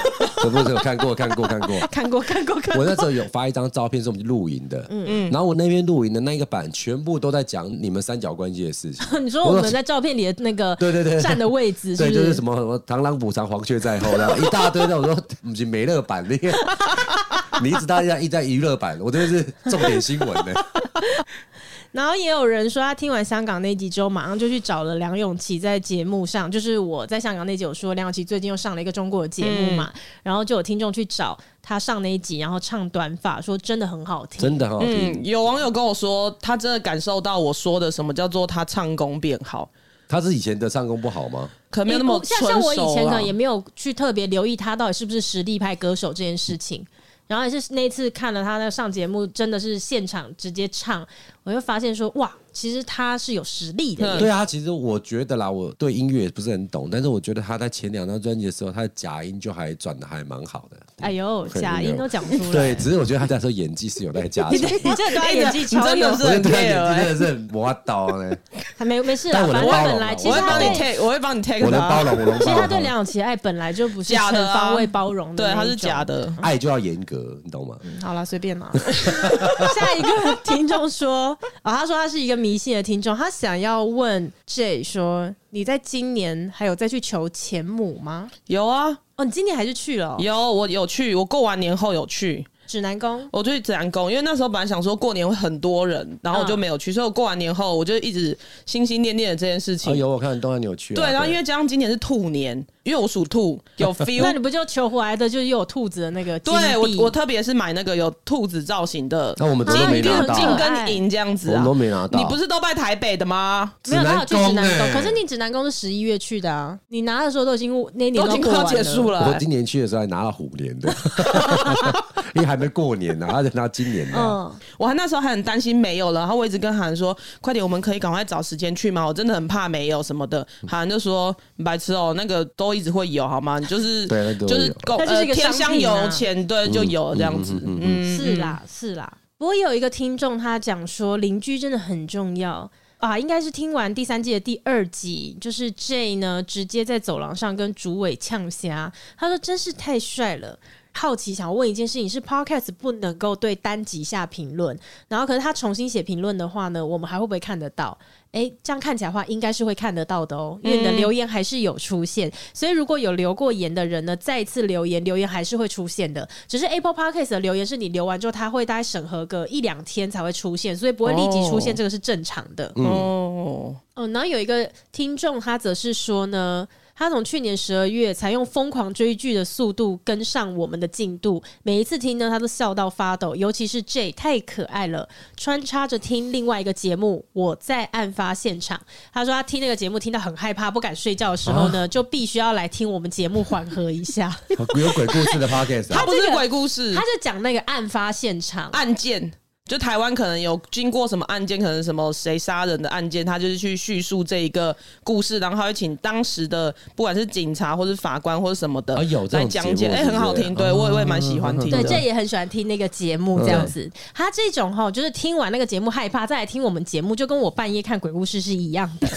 Speaker 2: 我不是有看过看 过看过。
Speaker 4: 看过，看过，看过。
Speaker 2: 我那时候有发一张照片，是我们去露营的，嗯嗯，然后我那边露营的那一个版，全部都在讲你们三角关系的事情。
Speaker 4: 你说我们在照片里的那个
Speaker 2: 对对对
Speaker 4: 站的位置是
Speaker 2: 对，
Speaker 4: 不
Speaker 2: 就是
Speaker 4: 是？
Speaker 2: 什么什么螳螂捕蝉，黄雀在 后，然后一大堆那种说不是美乐版那个， 你一直大家一直在娱乐版，我真的是重点新闻 呢。
Speaker 4: 嗯然后也有人说他听完香港那集之后，马上就去找了梁咏琪在节目上，就是我在香港那集有说梁咏琪最近又上了一个中国的节目嘛，
Speaker 2: 嗯
Speaker 4: 然后就有听众去找他上那一集，然后唱短发，说真的很好听，
Speaker 2: 真的好听。
Speaker 3: 嗯，有网友跟我说，他真的感受到我说的什么叫做他唱功变好，
Speaker 2: 他是以前的唱功不好吗？
Speaker 3: 可能没有那
Speaker 4: 你
Speaker 3: 么
Speaker 4: 不
Speaker 3: 纯
Speaker 4: 像
Speaker 3: 熟啊
Speaker 4: 像
Speaker 2: 啊
Speaker 4: 我以前可
Speaker 3: 啦
Speaker 4: 能也没有去特别留意他到底是不是实力派歌手这件事情。然后也是那一次看了他那上节目，真的是现场直接唱，我就发现说哇，其实他是有实力的耶。
Speaker 2: 对啊，其实我觉得啦，我对音乐也不是很懂，但是我觉得他在前两张专辑的时候，他的假音就还转的还蛮好的。
Speaker 4: 哎呦，
Speaker 2: 对
Speaker 4: 假音都讲不出来
Speaker 2: 对，。只是我觉得他那时候演技是有待加
Speaker 4: 你
Speaker 2: 强
Speaker 4: 这。你 这段演技
Speaker 3: 你
Speaker 4: 超
Speaker 3: 真
Speaker 4: 有
Speaker 3: 的，
Speaker 2: 我
Speaker 3: 是
Speaker 2: 觉得
Speaker 3: 很
Speaker 2: 他演
Speaker 3: care
Speaker 2: 技
Speaker 3: 哎
Speaker 2: 真的是磨刀呢，
Speaker 4: 还没没事啦，啊
Speaker 2: 但我
Speaker 4: 反
Speaker 2: 能
Speaker 4: 正他本
Speaker 2: 包容啦
Speaker 4: 来其
Speaker 3: 我
Speaker 4: 实
Speaker 3: 会
Speaker 4: 他
Speaker 3: 帮你
Speaker 4: 对
Speaker 3: take，我会帮你 take
Speaker 2: 我能
Speaker 3: 他
Speaker 2: 包容，我能
Speaker 4: 其实
Speaker 2: 包
Speaker 4: 他对梁
Speaker 2: 容。
Speaker 4: 咏琪的爱本来就不是
Speaker 3: 假
Speaker 4: 全
Speaker 3: 的啊
Speaker 4: 方位包容的，
Speaker 3: 对，他是假。的。
Speaker 2: 爱就要严格，你懂吗？
Speaker 4: 好啦，随 便啦。 下一个听众说，啊、他说他是一个迷信的听众，他想要问 J 说，你在今年还有再去求前母吗？
Speaker 3: 有啊，
Speaker 4: 哦，你今年还是去了哦、
Speaker 3: 有我有去，我过完年后有去，
Speaker 4: 指南宫？
Speaker 3: 我就去紫南宫，因为那时候本来想说过年会很多人，然后我就没有
Speaker 4: 哎
Speaker 3: 去，所以我过完年后我就一直心心念念的这件事情。
Speaker 2: 哦，有我看动漫有趣啊。
Speaker 3: 对，然后因为加上今年是兔年，因为我属兔， 有
Speaker 4: 那
Speaker 3: feel
Speaker 4: 你。不就求回来的，就是又有兔子的那个金币？
Speaker 3: 对我，我特别是买那个有兔子造型的
Speaker 2: 那我们怎么
Speaker 4: 啊
Speaker 2: 都没
Speaker 4: 一定
Speaker 2: 拿
Speaker 4: 很
Speaker 2: 到
Speaker 4: 近
Speaker 3: 金
Speaker 2: 啊？
Speaker 3: 跟银这样子
Speaker 2: 我
Speaker 3: 啊
Speaker 2: 们，都没拿到。
Speaker 3: 你不是都拜台北的吗？
Speaker 2: 指
Speaker 4: 没有，他有
Speaker 2: 南
Speaker 4: 去指南宫，哎
Speaker 2: 欸
Speaker 4: 可是你指南宫是十一月去的啊，你拿的时候都已经那一年
Speaker 3: 都已经
Speaker 4: 过
Speaker 3: 快要
Speaker 4: 完
Speaker 3: 结束
Speaker 4: 了。
Speaker 3: 了、
Speaker 2: 我
Speaker 3: 欸
Speaker 2: 今年去的时候还拿到虎年的，因为还没过年呢、啊，而且拿今年的、
Speaker 4: 嗯，
Speaker 3: 我还那时候还很担心没有了，然后我一直跟韩说，快点，我们可以赶快找时间去吗？我真的很怕没有什么的。韩就说，白痴哦、那个都一直会有好吗？你就是
Speaker 2: 对那都会
Speaker 3: 就
Speaker 2: 有
Speaker 3: 是狗
Speaker 4: 它就是
Speaker 3: 呃
Speaker 4: 一个
Speaker 3: 天
Speaker 4: 商
Speaker 3: 香
Speaker 4: 品啊
Speaker 3: 油钱，对，就有这样子。嗯，
Speaker 4: 是啦，是啦。不过有一个听众他讲说，邻居真的很重要。啊，应该是听完第三季的第二集，就是 J 呢直接在走廊上跟主委呛虾，他说真是太帅了。好奇想问一件事情，是 Podcast 不能够对单集下评论，然后可是他重新写评论的话呢，我们还会不会看得到？诶，这样看起来的话，应该是会看得到的哦，因为你的留言还是有出现，所以如果有留过言的人呢，再一次留言，留言还是会出现的。只是 Apple Podcast 的留言是你留完之后，它会大概审核个一两天才会出现，所以不会立即出现，
Speaker 3: 哦
Speaker 4: 这个是正常的。
Speaker 2: 嗯
Speaker 3: 哦，
Speaker 4: 哦，然后有一个听众，他则是说呢，他从去年十二月才用疯狂追剧的速度跟上我们的进度，每一次听呢，他都笑到发抖，尤其是 J 太可爱了，穿插着听另外一个节目《我在案发现场》。他说他听那个节目听到很害怕，不敢睡觉的时候呢，就必须要来听我们节目缓和一下。
Speaker 2: 嗯有鬼故事的 podcast 啊
Speaker 3: 它。不
Speaker 4: 这
Speaker 3: 是
Speaker 4: 个
Speaker 3: 鬼故 事
Speaker 4: 他，就讲那个案发现场，
Speaker 3: 案件。就台湾可能有经过什么案件，可能什么谁杀人的案件，他就是去叙述这一个故事，然后他会请当时的不管是警察或是法官或是什么的
Speaker 2: 啊有这
Speaker 3: 来
Speaker 2: 种
Speaker 3: 讲
Speaker 2: 节
Speaker 3: 解，
Speaker 2: 目
Speaker 3: 哎、
Speaker 2: 是不嗯
Speaker 3: 很
Speaker 2: 是
Speaker 3: 好听，对我也我也蛮喜欢听的。
Speaker 4: 对，这也很喜欢听那个节目这样子。他这种哈，就是听完那个节目害怕，再来听我们节目，就跟我半夜看鬼故事是一样的。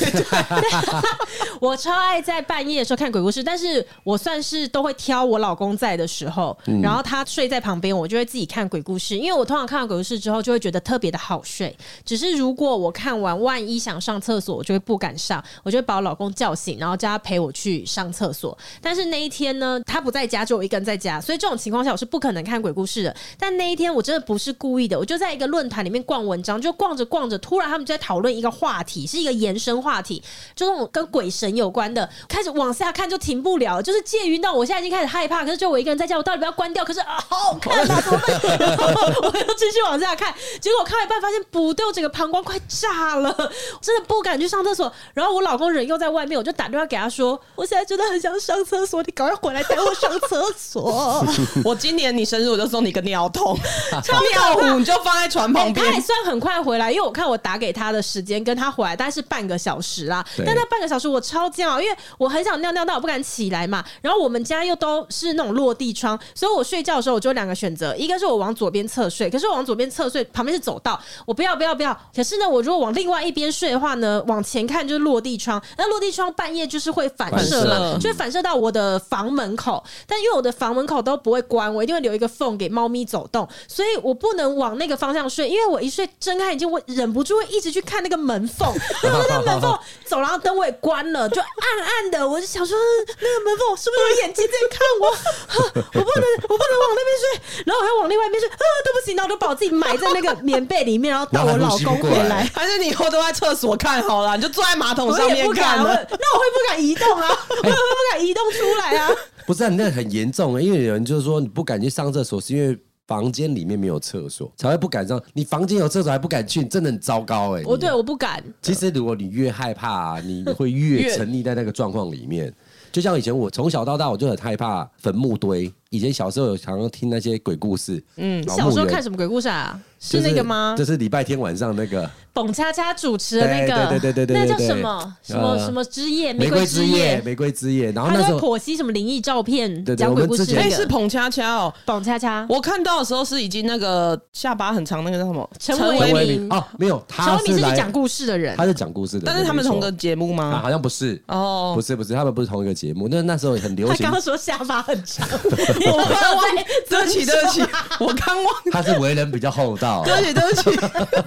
Speaker 4: 我超爱在半夜的时候看鬼故事，但是我算是都会挑我老公在的时候，然后他睡在旁边，我就会自己看鬼故事。因为我通常看完鬼故事之后，就会觉得特别的好睡。只是如果我看完，万一想上厕所，我就会不敢上，我就会把我老公叫醒，然后叫他陪我去上厕所。但是那一天呢，他不在家，就我一个人在家，所以这种情况下我是不可能看鬼故事的。但那一天我真的不是故意的，我就在一个论坛里面逛文章，就逛着逛着，突然他们就在讨论一个话题，是一个延伸话题，就那种跟鬼神有关的，开始往下看就停不了，就是介于到我现在已经开始害怕，可是就我一个人在家，我到底要不要关掉？可是啊，好好看啊，怎么办？ 然后我又继续往下看，结果我看到一半发现不对，我整个膀胱快炸了，真的不敢去上厕所。然后我老公人又在外面，我就打电话给他说，我现在真的很想上厕所，你赶快回来带我上厕所。
Speaker 3: 我今年你生日，我就送你个尿桶，
Speaker 4: 可怕
Speaker 3: 尿壶你就放在船旁
Speaker 4: 欸
Speaker 3: 边
Speaker 4: 他。也算很快回来，因为我看我打给他的时间跟他回来大概是半个小时啦。
Speaker 2: 对
Speaker 4: 但那半个小时我超煎熬，因为我很想尿尿，但我不敢起来嘛。然后我们家又都是那种落地窗，所以我睡觉的时候我就有两个选择，一个是我往左边侧睡，可是我往左边侧睡旁边是走道，我不要不要不要。可是呢，我如果往另外一边睡的话呢，往前看就是落地窗，那落地窗半夜就是会反射
Speaker 2: 反
Speaker 4: 嘛，
Speaker 3: 射
Speaker 4: 就会反射到我的房门口。但因为我的房门口都不会关，我一定会留一个缝给猫咪走动，所以我不能往那个方向睡，因为我一睡睁开眼睛，我忍不住会一直去看那个门 缝，因为我在那个门缝走廊灯我也关了，就暗暗的，我就想说那个门缝是不是有眼睛在看我？呵我 不能，我不能往那边睡，然后我又往另外一边睡，啊，对不起，那我就把我自己埋在那个棉被里面，然后到我
Speaker 2: 然后还
Speaker 4: 老
Speaker 2: 呼吸不
Speaker 4: 公
Speaker 2: 过
Speaker 4: 回
Speaker 2: 来
Speaker 4: 来。
Speaker 3: 还是你以后都在厕所看好了，你就坐在马桶
Speaker 4: 我
Speaker 3: 上
Speaker 4: 也
Speaker 3: 面
Speaker 4: 不敢，
Speaker 3: 看
Speaker 4: 我
Speaker 3: 了。
Speaker 4: 那我会不敢移动 啊，我会不敢移动出来啊。
Speaker 2: 不是、啊，你那很严重啊，因为有人就是说你不敢去上厕所，是因为房间里面没有厕所，才会不敢上。你房间有厕所还不敢去，你真的很糟糕
Speaker 4: 我
Speaker 2: 哎、你
Speaker 4: 哦对，我不敢。
Speaker 2: 其实如果你越害怕、你会越
Speaker 3: 越
Speaker 2: 沉溺在那个状况里面。就像以前我从小到大我就很害怕坟墓堆，以前小时候有常常听那些鬼故事，嗯，
Speaker 4: 小时候看什么鬼故事啊？是那个吗
Speaker 2: 就？是礼拜天晚上那个
Speaker 4: 董恰恰主持的那个，
Speaker 2: 对对对对对对
Speaker 4: 那叫
Speaker 2: 对
Speaker 4: 什么什么
Speaker 2: 呃
Speaker 4: 什么之夜？
Speaker 2: 玫瑰
Speaker 4: 瑰
Speaker 2: 之夜，
Speaker 4: 夜。
Speaker 2: 玫瑰之夜，然后
Speaker 4: 他
Speaker 2: 那
Speaker 4: 都
Speaker 2: 时
Speaker 4: 会
Speaker 2: 候
Speaker 4: 剖析什么灵异照片
Speaker 2: 对，对
Speaker 4: 讲鬼故
Speaker 2: 我们
Speaker 4: 事
Speaker 2: 之前
Speaker 3: 哎、
Speaker 4: 那
Speaker 3: 是
Speaker 4: 个。
Speaker 3: 捧恰恰哦。
Speaker 4: 董恰恰，
Speaker 3: 我看到的时候是已经那个下巴很长，那个叫什么？
Speaker 4: 陈
Speaker 3: 陈
Speaker 4: 伟
Speaker 3: 伟
Speaker 4: 民
Speaker 3: 民。
Speaker 4: 明
Speaker 2: 哦，没有，
Speaker 4: 陈
Speaker 2: 他
Speaker 4: 伟
Speaker 2: 是
Speaker 4: 明是去
Speaker 2: 来
Speaker 4: 讲故事的人
Speaker 2: 他，是讲故事的，
Speaker 3: 但是他们
Speaker 2: 没错
Speaker 3: 同个节目
Speaker 2: 啊，
Speaker 3: 吗？
Speaker 2: 好像不是
Speaker 3: 哦
Speaker 2: 不是不是，他们不是同一个节目。那那时候很流
Speaker 4: 他
Speaker 2: 行
Speaker 4: 刚，刚说下巴很 长，我刚忘
Speaker 3: 对不起，对不起， 我刚忘，
Speaker 2: 他是为人比较厚道。
Speaker 3: 对不起，对不起，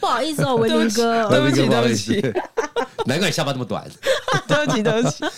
Speaker 4: 不好意思哦，维明哥，
Speaker 3: 对不起
Speaker 2: 好
Speaker 3: 对
Speaker 2: 意思
Speaker 3: 不起，
Speaker 2: 难怪你下巴这么短。
Speaker 3: 对不起，对不起。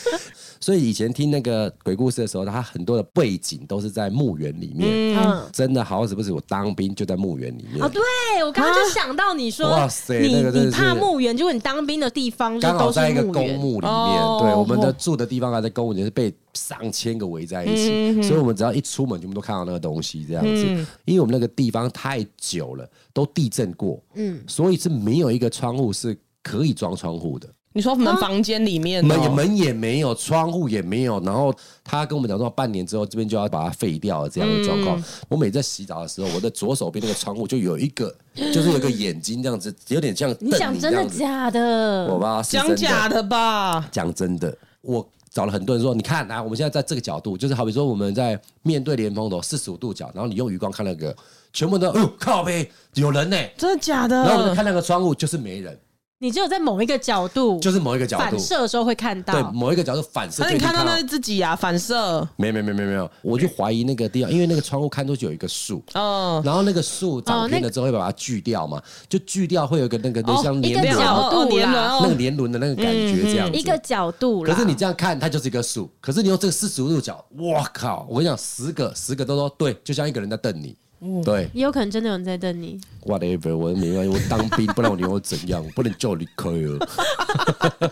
Speaker 2: 所以以前听那个鬼故事的时候，他很多的背景都是在墓园里面，
Speaker 4: 嗯，
Speaker 2: 真的好死不死，我当兵就在墓园里
Speaker 4: 哦，
Speaker 2: 面，
Speaker 4: 对我刚刚就想到你说，
Speaker 2: 哇塞
Speaker 4: 你
Speaker 2: 那个真的
Speaker 4: 你怕
Speaker 2: 是
Speaker 4: 墓园，结果你当兵的地方就
Speaker 2: 刚好
Speaker 4: 都
Speaker 2: 在
Speaker 4: 是
Speaker 2: 一个
Speaker 4: 墓
Speaker 2: 公
Speaker 4: 园，
Speaker 2: 墓里
Speaker 3: 哦
Speaker 2: 面。对，我们的住的地方还在公墓里面，是被上千个围在一
Speaker 4: 嗯
Speaker 2: 起，所以我们只要一出门，全部都看到那个东西这样子。因为我们那个地方太久了，都地震过，嗯，所以是没有一个窗户是可以装窗户的。
Speaker 3: 你说我们房间里面
Speaker 2: 门也
Speaker 3: 哦，
Speaker 2: 门也没有，窗户也没有，然后他跟我们讲说，半年之后这边就要把它废掉了这样的状
Speaker 4: 嗯
Speaker 2: 况。我每次在洗澡的时候，我的左手边那个窗户就有一个，就是有一个眼睛这样子，有点像
Speaker 4: 你
Speaker 2: 瞪
Speaker 4: 讲真
Speaker 2: 这
Speaker 4: 的
Speaker 2: 样子？
Speaker 4: 假的？
Speaker 2: 我吧，是
Speaker 3: 讲
Speaker 2: 真
Speaker 3: 假的吧？
Speaker 2: 讲真的，我找了很多人说，你看啊，我们现在在这个角度，就是好比说我们在面对莲蓬头四十五度角，然后你用余光看那个，全部都哦、靠呗，有人呢、
Speaker 4: 嗯
Speaker 3: 真的假
Speaker 2: 然后我们
Speaker 3: 的？
Speaker 2: 看那个窗户，就是没人。
Speaker 4: 你只有在某一个角度，
Speaker 2: 就是某一个角度
Speaker 4: 反，射的时候会看
Speaker 2: 对
Speaker 4: 到。
Speaker 2: 某一个角度反射。
Speaker 3: 哎那你
Speaker 2: 就
Speaker 3: 看到那
Speaker 2: 到
Speaker 3: 是自己啊，反射，
Speaker 2: 没有没有没有没有没
Speaker 4: 嗯
Speaker 2: 有，我就怀疑那个地方，因为那个窗户看出去有一个树，
Speaker 3: 嗯，
Speaker 2: 然后那个树长
Speaker 4: 哦
Speaker 2: 偏
Speaker 4: 那
Speaker 2: 了之后会把它锯掉嘛，就锯掉会有一个那个那像
Speaker 4: 一个
Speaker 2: 年啊轮
Speaker 4: 角嗯
Speaker 3: 哦哦
Speaker 4: 度
Speaker 3: 年轮
Speaker 4: 啦，
Speaker 2: 那个
Speaker 3: 哦，
Speaker 2: 年轮的那个感觉这样子。
Speaker 4: 啊一个角度啦。
Speaker 2: 可是你这样看，它就是一个树。可是你用这个四十五度角，我靠！我跟你讲，十个十个都说对，就像一个人在瞪你。对
Speaker 4: 也有可能真的有人在瞪 你，
Speaker 2: ，whatever，我没关系，我当兵，不然我能够怎样？我不能叫你可以了。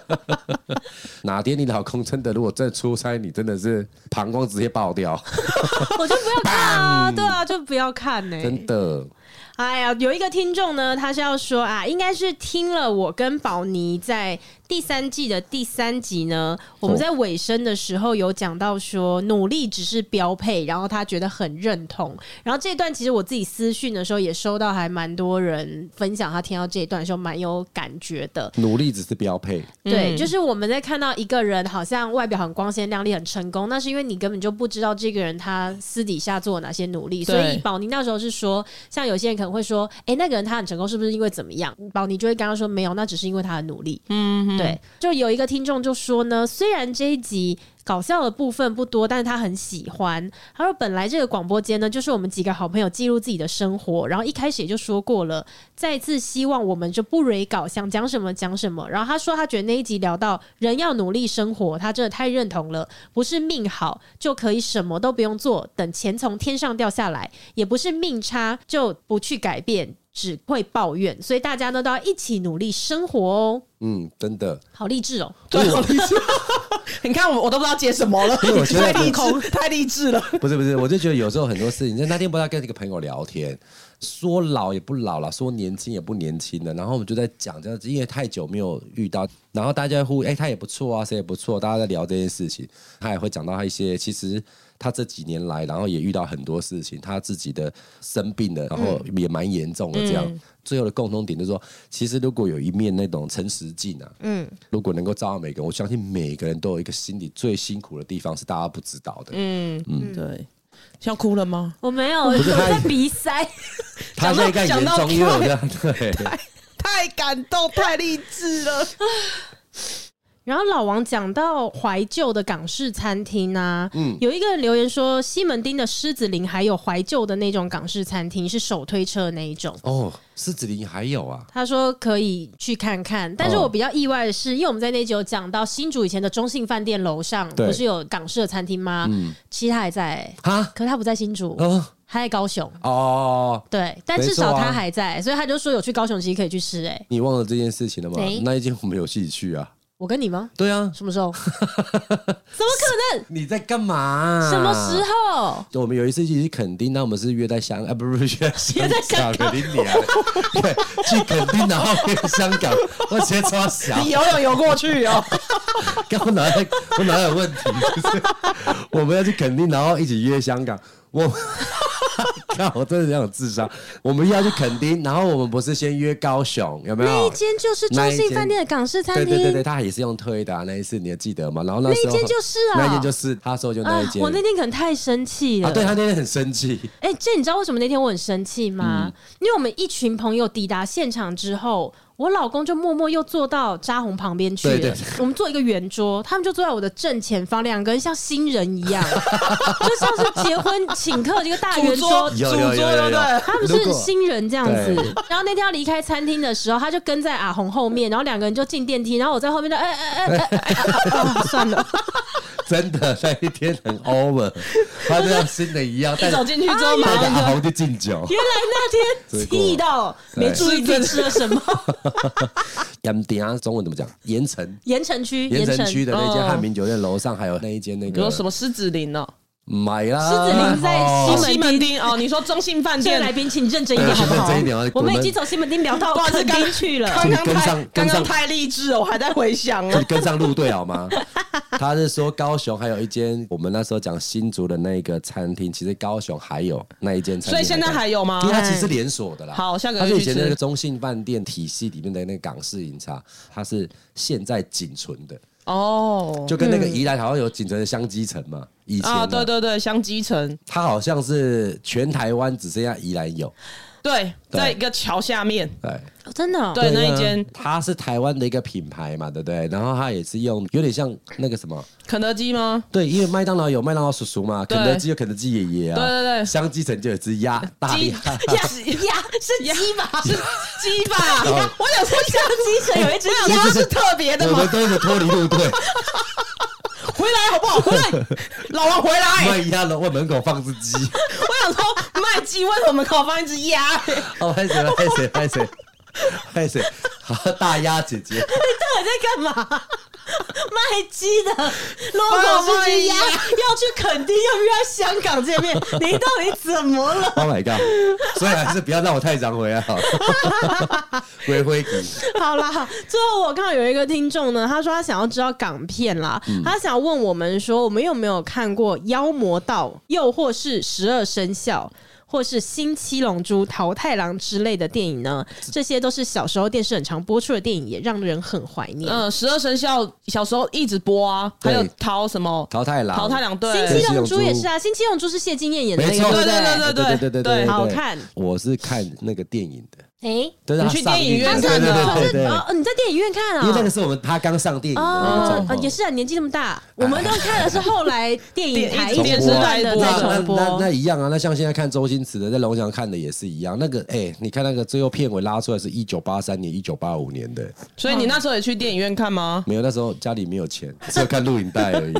Speaker 2: 哪天你老公真的如果真的出差，你真的是膀胱直接爆掉，
Speaker 4: 我就不要看 啊，对啊，就不要看呢、
Speaker 2: 真的。
Speaker 4: 哎呀，有一个听众呢，他是要说啊，应该是听了我跟宝妮在第三季的第三集呢，我们在尾声的时候有讲到说努力只是标配，然后他觉得很认同。然后这段其实我自己私讯的时候也收到，还蛮多人分享，他听到这一段的时候蛮有感觉的。
Speaker 2: 努力只是标配，
Speaker 4: 对，就是我们在看到一个人好像外表很光鲜亮丽、很成功，那是因为你根本就不知道这个人他私底下做了哪些努力。
Speaker 3: 对
Speaker 4: 所以宝妮那时候是说，像有些人可能会说，哎、那个人他很成功，是不是因为怎么样？宝妮就会跟他说，没有，那只是因为他的努力。嗯，对。就有一个听众就说呢，虽然这一集。搞笑的部分不多，但是他很喜欢。他说：“本来这个广播间呢，就是我们几个好朋友记录自己的生活，然后一开始也就说过了，再次希望我们就不蕊稿，想讲什么讲什么。然后他说他觉得那一集聊到人要努力生活，他真的太认同了。不是命好就可以什么都不用做，等钱从天上掉下来，也不是命差就不去改变，只会抱怨。所以大家呢都要一起努力生活哦，
Speaker 2: 嗯，真的。
Speaker 4: 好励志哦！
Speaker 3: 对，你看我我都不知道接什么了，
Speaker 2: 因为我觉得
Speaker 3: 太励志，太励志了。
Speaker 2: 不是不是，我就觉得有时候很多事情，就那天不知道跟一个朋友聊天，说老也不老了，说年轻也不年轻了，然后我们就在讲这样子，因为太久没有遇到，然后大家互哎、他也不错啊，谁也不错，大家在聊这件事情，他也会讲到他一些其实。他这几年来，然后也遇到很多事情，他自己的生病的，然后也蛮严重的。这样，最后的共通点就是说，其实如果有一面那种诚实镜啊，嗯，如果能够照到每个人，我相信每个人都有一个心里最辛苦的地方是大家不知道的。
Speaker 3: 嗯，对，要哭了吗？
Speaker 4: 我没有，我
Speaker 2: 是他
Speaker 4: 在鼻塞，
Speaker 2: 他现在更严重，因为我这样 对，
Speaker 3: 太感动，太励志了。
Speaker 4: 然后老王讲到怀旧的港式餐厅啊，
Speaker 2: 嗯
Speaker 4: 有一个人留言说，西门町的狮子林还有怀旧的那种港式餐厅是手推车的那一种。
Speaker 2: 哦，狮子林还有啊，
Speaker 4: 他说可以去看看，但是
Speaker 2: 哦
Speaker 4: 我比较意外的是，因为我们在那集有讲到新竹以前的中信饭店楼上
Speaker 2: 对
Speaker 4: 不是有港式的餐厅吗？其实他还在，
Speaker 2: 哈，
Speaker 4: 可是他不在新竹，
Speaker 2: 哦
Speaker 4: 他在高雄。
Speaker 2: 哦，
Speaker 4: 对，但
Speaker 2: 没
Speaker 4: 至少
Speaker 2: 错啊
Speaker 4: 他还在，所以他就说有去高雄，其实可以去吃、欸。哎，
Speaker 2: 你忘了这件事情了吗
Speaker 4: 谁？
Speaker 2: 那一间我们有戏去啊，
Speaker 4: 我跟你吗？
Speaker 2: 对啊，
Speaker 4: 什么时 候？怎么可能？
Speaker 2: 你在干嘛？
Speaker 4: 什么时？候？
Speaker 2: 我们有一次一起去垦丁，那我们是约在香啊，不是不是约在香
Speaker 4: 约在香
Speaker 2: 港，垦丁你啊，对，去垦丁然后约香港，我直接超小，
Speaker 3: 你游泳游过去哦，
Speaker 2: 刚我脑袋我脑袋有问题，就是我们要去垦丁，然后一起约香港，我。 看，我真的很有智商。我们要去垦丁，然后我们不是先约高雄，有没有？
Speaker 4: 那一间就是中信饭店的港式餐厅，
Speaker 2: 对对对对，他也是用推的、啊、那一次，你还记得吗？然后那时候
Speaker 4: 那一间就是啊
Speaker 2: 那一间就是他说就那一
Speaker 4: 啊！
Speaker 2: 间、
Speaker 4: 我那天可能太生气了。
Speaker 2: 啊，对他那天很 生气，
Speaker 4: 哎、这你知道为什么那天我很生气吗？因为我们一群朋友抵达现场之后，我老公就默默又坐到扎红旁边去了。
Speaker 2: 对对
Speaker 4: 我们坐一个圆桌，他们就坐在我的正前方，两个人像新人一样，就像是结婚请客这个大圆
Speaker 3: 主桌，
Speaker 4: 桌。
Speaker 2: 有
Speaker 3: 主
Speaker 2: 有有
Speaker 3: 桌对不
Speaker 2: 有有
Speaker 3: 对？
Speaker 4: 他们
Speaker 2: 如
Speaker 4: 是
Speaker 2: 果
Speaker 4: 新人这样子
Speaker 2: 对，
Speaker 4: 然后那天要离开餐厅的时候，他就跟在阿红后面，然后两个人就进电梯，然后我在后面就哎哎哎哎哎哎，啊算了，
Speaker 2: 真的那一天很 over，他就像新 的一样，
Speaker 3: 一
Speaker 2: 但
Speaker 3: 走进去之后马
Speaker 2: 但是
Speaker 3: 上
Speaker 2: 阿
Speaker 3: 就
Speaker 2: 红就敬酒，
Speaker 4: 原来那天气到没注
Speaker 2: 哎
Speaker 4: 意自己吃了什么，
Speaker 2: 盐鼎啊，中文怎么讲？盐城。
Speaker 4: 盐城区，
Speaker 2: 盐城
Speaker 4: 城
Speaker 2: 区的那间
Speaker 3: 哦
Speaker 2: 汉民酒店楼上，还有那一间那
Speaker 3: 你
Speaker 2: 个
Speaker 3: 说什么狮子林哦，
Speaker 2: 买啦，
Speaker 4: 狮子林在西门
Speaker 3: 西门町哦，你说中信饭
Speaker 4: 这位
Speaker 3: 店
Speaker 4: 来宾，请你认真一点好不好
Speaker 2: 认真一点啊？
Speaker 4: 我们
Speaker 2: 我
Speaker 4: 已
Speaker 2: 们
Speaker 4: 经从西门町聊到
Speaker 3: 不好意思
Speaker 4: 垦
Speaker 3: 刚
Speaker 4: 丁去了。
Speaker 3: 刚刚
Speaker 2: 跟
Speaker 3: 太
Speaker 2: 上
Speaker 3: 刚
Speaker 2: 跟
Speaker 3: 刚
Speaker 2: 上
Speaker 3: 太励志了，我还在回想
Speaker 2: 就
Speaker 3: 啊
Speaker 2: 是。跟上路队好吗？ 他是说高雄还有一间，我们那时候讲新竹的那个餐厅，其实高雄还有那一间餐厅，
Speaker 3: 所以现在还有吗
Speaker 2: 因
Speaker 3: 哎
Speaker 2: 为它其实是连锁的啦。
Speaker 3: 好下个月
Speaker 2: 它是以
Speaker 3: 去
Speaker 2: 前
Speaker 3: 吃
Speaker 2: 那个中信饭店体系里面的那个港式饮茶，它是现在仅存的，
Speaker 3: 哦，
Speaker 2: 就跟那个宜兰好像有仅存的香鸡城嘛，以前
Speaker 3: 啊，
Speaker 2: 嘛
Speaker 3: 对，对对，香积城
Speaker 2: 它好像是全台湾只剩下宜兰有，哎
Speaker 3: 对，
Speaker 2: 对
Speaker 3: 在一个桥下面，
Speaker 2: 对。
Speaker 4: 哦真的哦
Speaker 3: 对那一
Speaker 2: 啊
Speaker 3: 间
Speaker 2: 它是台湾的一个品牌嘛，对不对？然后它也是用有点像那个什么，
Speaker 3: 肯德基吗？
Speaker 2: 对，因为麦当劳有麦当劳叔叔嘛，
Speaker 3: 对
Speaker 2: 肯德基有肯德基爷爷啊，
Speaker 3: 对对对
Speaker 2: 香鸡城就有只鸭大
Speaker 3: 鸡
Speaker 2: 鸭，
Speaker 3: 鸭
Speaker 4: 呀，是鸡吧？
Speaker 3: 是鸡 吧？
Speaker 2: 哦
Speaker 3: 我想 说
Speaker 4: 像鸡城有一只
Speaker 3: 鸭
Speaker 4: 鸭，
Speaker 3: 是特别的
Speaker 2: 我
Speaker 3: 吗
Speaker 2: 们？都是脱离路 队，
Speaker 3: 回来好不好？回来，老王回来！
Speaker 2: 卖鸭的外门口放只鸡，
Speaker 3: 我 想说 卖鸡，为什么搞放一只鸭？
Speaker 2: 哦，拍谁拍谁拍谁拍谁，好大鸭姐姐，
Speaker 4: 到底在干嘛？卖鸡的
Speaker 3: logo
Speaker 4: logo 是
Speaker 3: 是只
Speaker 4: 只
Speaker 3: 鸭
Speaker 4: 鸭，
Speaker 2: 哎
Speaker 4: 要去垦丁又遇到香港见 面，你到底怎么了？
Speaker 2: Oh my god！所以还是不要让我太常回来好了， 回灰底，
Speaker 4: 好啦，最后我看到有一个听众呢，他说他想要知道港片啦，
Speaker 2: 嗯
Speaker 4: 他想问我们说，我们有没有看过《妖魔道》，又或是《十二生肖》？或是《新七龙珠》《桃太郎》之类的电影呢？
Speaker 2: 嗯
Speaker 4: 这些都是小时候电视很常播出的电影，也让人很怀念。
Speaker 3: 嗯，十二生肖小时候一直播啊，还有
Speaker 2: 对
Speaker 3: 淘什么
Speaker 2: 淘太郎，
Speaker 3: 淘汰两队，
Speaker 4: 新
Speaker 2: 七
Speaker 4: 七龙珠》也是啊，《新七龙珠》是谢金燕演的那
Speaker 2: 没
Speaker 4: 个，
Speaker 2: 错，
Speaker 4: 对不
Speaker 3: 对
Speaker 4: 对？
Speaker 2: 对
Speaker 3: 对
Speaker 2: 对对
Speaker 3: 对对
Speaker 2: 对，
Speaker 4: 好看
Speaker 2: 我是看那个电影的，
Speaker 4: 哎，
Speaker 2: 但是它
Speaker 3: 你去
Speaker 2: 上
Speaker 3: 电影院
Speaker 2: 的
Speaker 3: 看
Speaker 2: 对
Speaker 3: 的
Speaker 2: 对
Speaker 4: 可
Speaker 2: 对对
Speaker 4: 是
Speaker 2: 对，
Speaker 4: 哦，你在电影院看啊？
Speaker 2: 因为那个是我们他刚上电影的那个
Speaker 4: 哦
Speaker 2: 状，
Speaker 4: 啊
Speaker 2: 况，
Speaker 4: 也是啊，年纪这么大，我们都看的是后来电影台
Speaker 3: 电
Speaker 4: 一
Speaker 3: 电
Speaker 4: 直
Speaker 3: 视
Speaker 4: 不
Speaker 3: 台
Speaker 4: 断的
Speaker 3: 播
Speaker 4: 在
Speaker 3: 啊
Speaker 2: 那
Speaker 4: 重播。
Speaker 2: 那那一样啊，那像现在看周星驰的，在龙翔看的也是一样。那个哎、你看那个最后片尾拉出来是一九八三年、一九八五年的，
Speaker 3: 所以你那时候也去电影院看吗？
Speaker 2: 没有那时候家里没有钱，只有看录影带而已。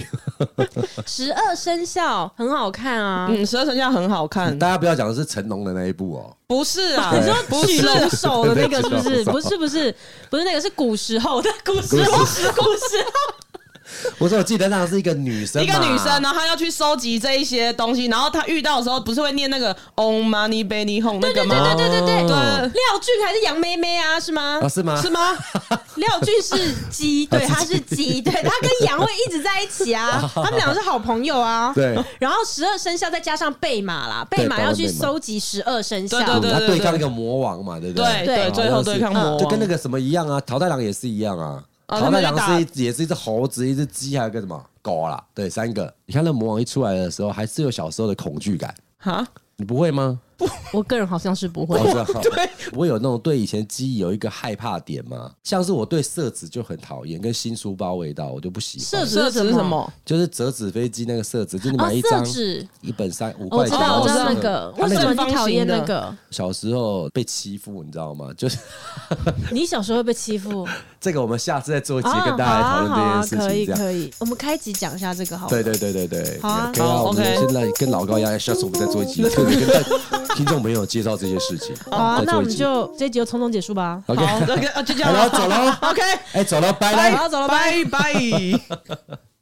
Speaker 4: 十二生肖很好看啊，
Speaker 3: 嗯，十二生肖 很好看，
Speaker 2: 大家不要讲的是成龙的那一部哦，
Speaker 3: 不是啊，
Speaker 4: 嗯你说
Speaker 3: 不
Speaker 4: 取
Speaker 3: 是
Speaker 4: 龙手的那个是
Speaker 2: 对
Speaker 4: 不是？
Speaker 2: 取龙
Speaker 4: 不
Speaker 2: 手
Speaker 4: 是不是不是那个是古时候的古时候古时候，
Speaker 2: 我说我记得那是一个女生
Speaker 3: 一
Speaker 2: 嘛，
Speaker 3: 个女生，然后她要去收集这一些东西，然后她遇到的时候不是会念那个 On Money Benny Home
Speaker 4: 对
Speaker 3: 那个
Speaker 4: 对对
Speaker 3: 吗？
Speaker 4: 对对对对
Speaker 2: 哦
Speaker 4: 廖俊还是杨妹妹啊？是吗
Speaker 2: 啊？是吗？
Speaker 3: 是吗？
Speaker 4: 廖俊是鸡，对，他是鸡，对他跟杨会一直在一起啊，他们两个是好朋友啊。
Speaker 2: 对
Speaker 4: 然后十二生肖再加上贝马啦，
Speaker 2: 对
Speaker 4: 贝马要去
Speaker 2: 贝马
Speaker 4: 收集十二生肖，
Speaker 3: 对对
Speaker 2: 嗯他
Speaker 3: 对
Speaker 2: 对抗那个魔王嘛，对不
Speaker 3: 对
Speaker 4: 对
Speaker 3: 对，最后对抗魔王，
Speaker 2: 就跟那个什么一样啊，桃太郎也是一样啊。
Speaker 4: 哦
Speaker 3: 啊
Speaker 2: 桃太
Speaker 3: 他
Speaker 2: 郎
Speaker 3: 们
Speaker 2: 是
Speaker 3: 就
Speaker 2: 一也是一只猴子，一只鸡，还有个什么狗啦，对，三个。你看那魔王一出来的时候，还是有小时候的恐惧感，
Speaker 3: 哈，
Speaker 2: 你不会吗？
Speaker 4: 我个人好像是不会
Speaker 2: 我知道，
Speaker 3: 对，
Speaker 2: 我有那种对以前记忆有一个害怕点嘛，像是我对色纸就很讨厌，跟新书包味道我就不喜
Speaker 4: 色
Speaker 2: 欢。
Speaker 4: 纸
Speaker 3: 这只是什么？
Speaker 2: 就是折纸飞机那个色纸，就是你
Speaker 4: 啊
Speaker 2: 买一，
Speaker 4: 色
Speaker 2: 张、
Speaker 4: 纸。
Speaker 2: 一本三五
Speaker 4: 我
Speaker 2: 块
Speaker 4: 知
Speaker 2: 钱，
Speaker 4: 道，我知道
Speaker 3: 哦
Speaker 4: 那个，
Speaker 2: 它
Speaker 4: 为
Speaker 2: 那
Speaker 4: 什
Speaker 2: 个
Speaker 4: 么你讨厌那个？
Speaker 2: 小时候被欺负，你知道吗？就是
Speaker 4: 你小时候会被欺负
Speaker 2: 这个，我们下次再做一集
Speaker 4: 啊
Speaker 2: 跟大家来讨
Speaker 4: 好啊
Speaker 2: 论这件
Speaker 4: 好啊
Speaker 2: 事
Speaker 4: 可
Speaker 2: 情，
Speaker 4: 以
Speaker 2: 这样。
Speaker 4: 可以，我们开集讲一下这个好了。
Speaker 2: 对对对对对，
Speaker 4: 好啊
Speaker 2: OK 啊，
Speaker 3: 好
Speaker 2: 我们
Speaker 3: OK
Speaker 2: 现在跟老高一样，下次我们再做一集，特别跟大听众朋友介绍这些事情。
Speaker 4: 好啊，
Speaker 2: 再
Speaker 4: 那我
Speaker 2: 做一
Speaker 4: 们
Speaker 2: 集
Speaker 4: 就这一集就匆匆结束吧。
Speaker 2: OK，
Speaker 3: 好，那个啊就这样
Speaker 2: 好了，走了哦，
Speaker 3: ，OK，
Speaker 2: 哎，走了，拜
Speaker 3: 拜
Speaker 2: 拜。
Speaker 4: 好走了
Speaker 3: 拜拜。